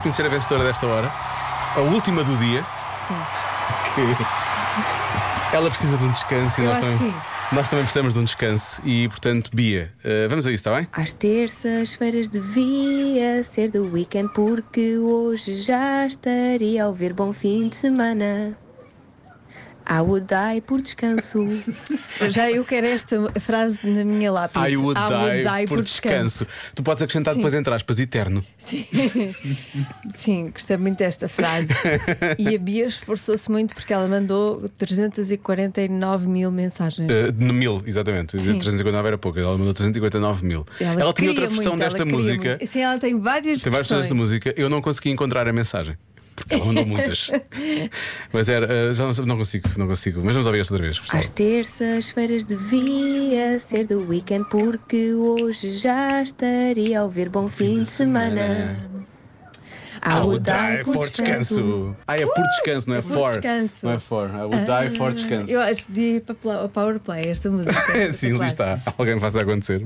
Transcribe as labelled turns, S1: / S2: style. S1: Conhecer a vencedora desta hora, a última do dia,
S2: Sim.
S1: que ela precisa de um descanso e
S2: Eu
S1: nós
S2: acho
S1: também,
S2: que
S1: nós também precisamos de um descanso. E portanto, Bia, eh, vamos a isso, está bem?
S3: Às terças-feiras devia ser do weekend, porque hoje já estaria a ouvir bom fim de semana. I would die por descanso.
S2: Já eu quero esta frase na minha lápide.
S1: I would, die, por descanso. Tu podes acrescentar
S2: Sim.
S1: depois entre aspas, eterno.
S2: Sim. Sim, gostei muito desta frase. E a Bia esforçou-se muito porque ela mandou 349 mil mensagens.
S1: Eh, de mil, exatamente.
S2: Sim.
S1: 359 era pouco, ela mandou 359 mil. Ela, tinha outra
S2: queria
S1: versão
S2: muito,
S1: desta
S2: ela queria
S1: música.
S2: muito. Sim, ela tem várias
S1: Tem várias versões
S2: versões.
S1: de música, eu não consegui encontrar a mensagem. Porque ela mandou muitas. Mas era, eh, já não, sei- não consigo, não consigo. Mas vamos ouvir esta outra vez. pessoal.
S3: Às terças-feiras devia ser do weekend, porque hoje já estaria a ouvir bom fim de semana. I would Ah, die por descanso.
S1: Ah, é por descanso, não é,
S2: por
S1: for.
S2: descanso. Ah,
S1: Não é for. I would die for descanso.
S2: Eu acho que devia ir para a Powerplay esta música.
S1: Sim, ali
S2: Espetacular.
S1: está. Alguém faça acontecer.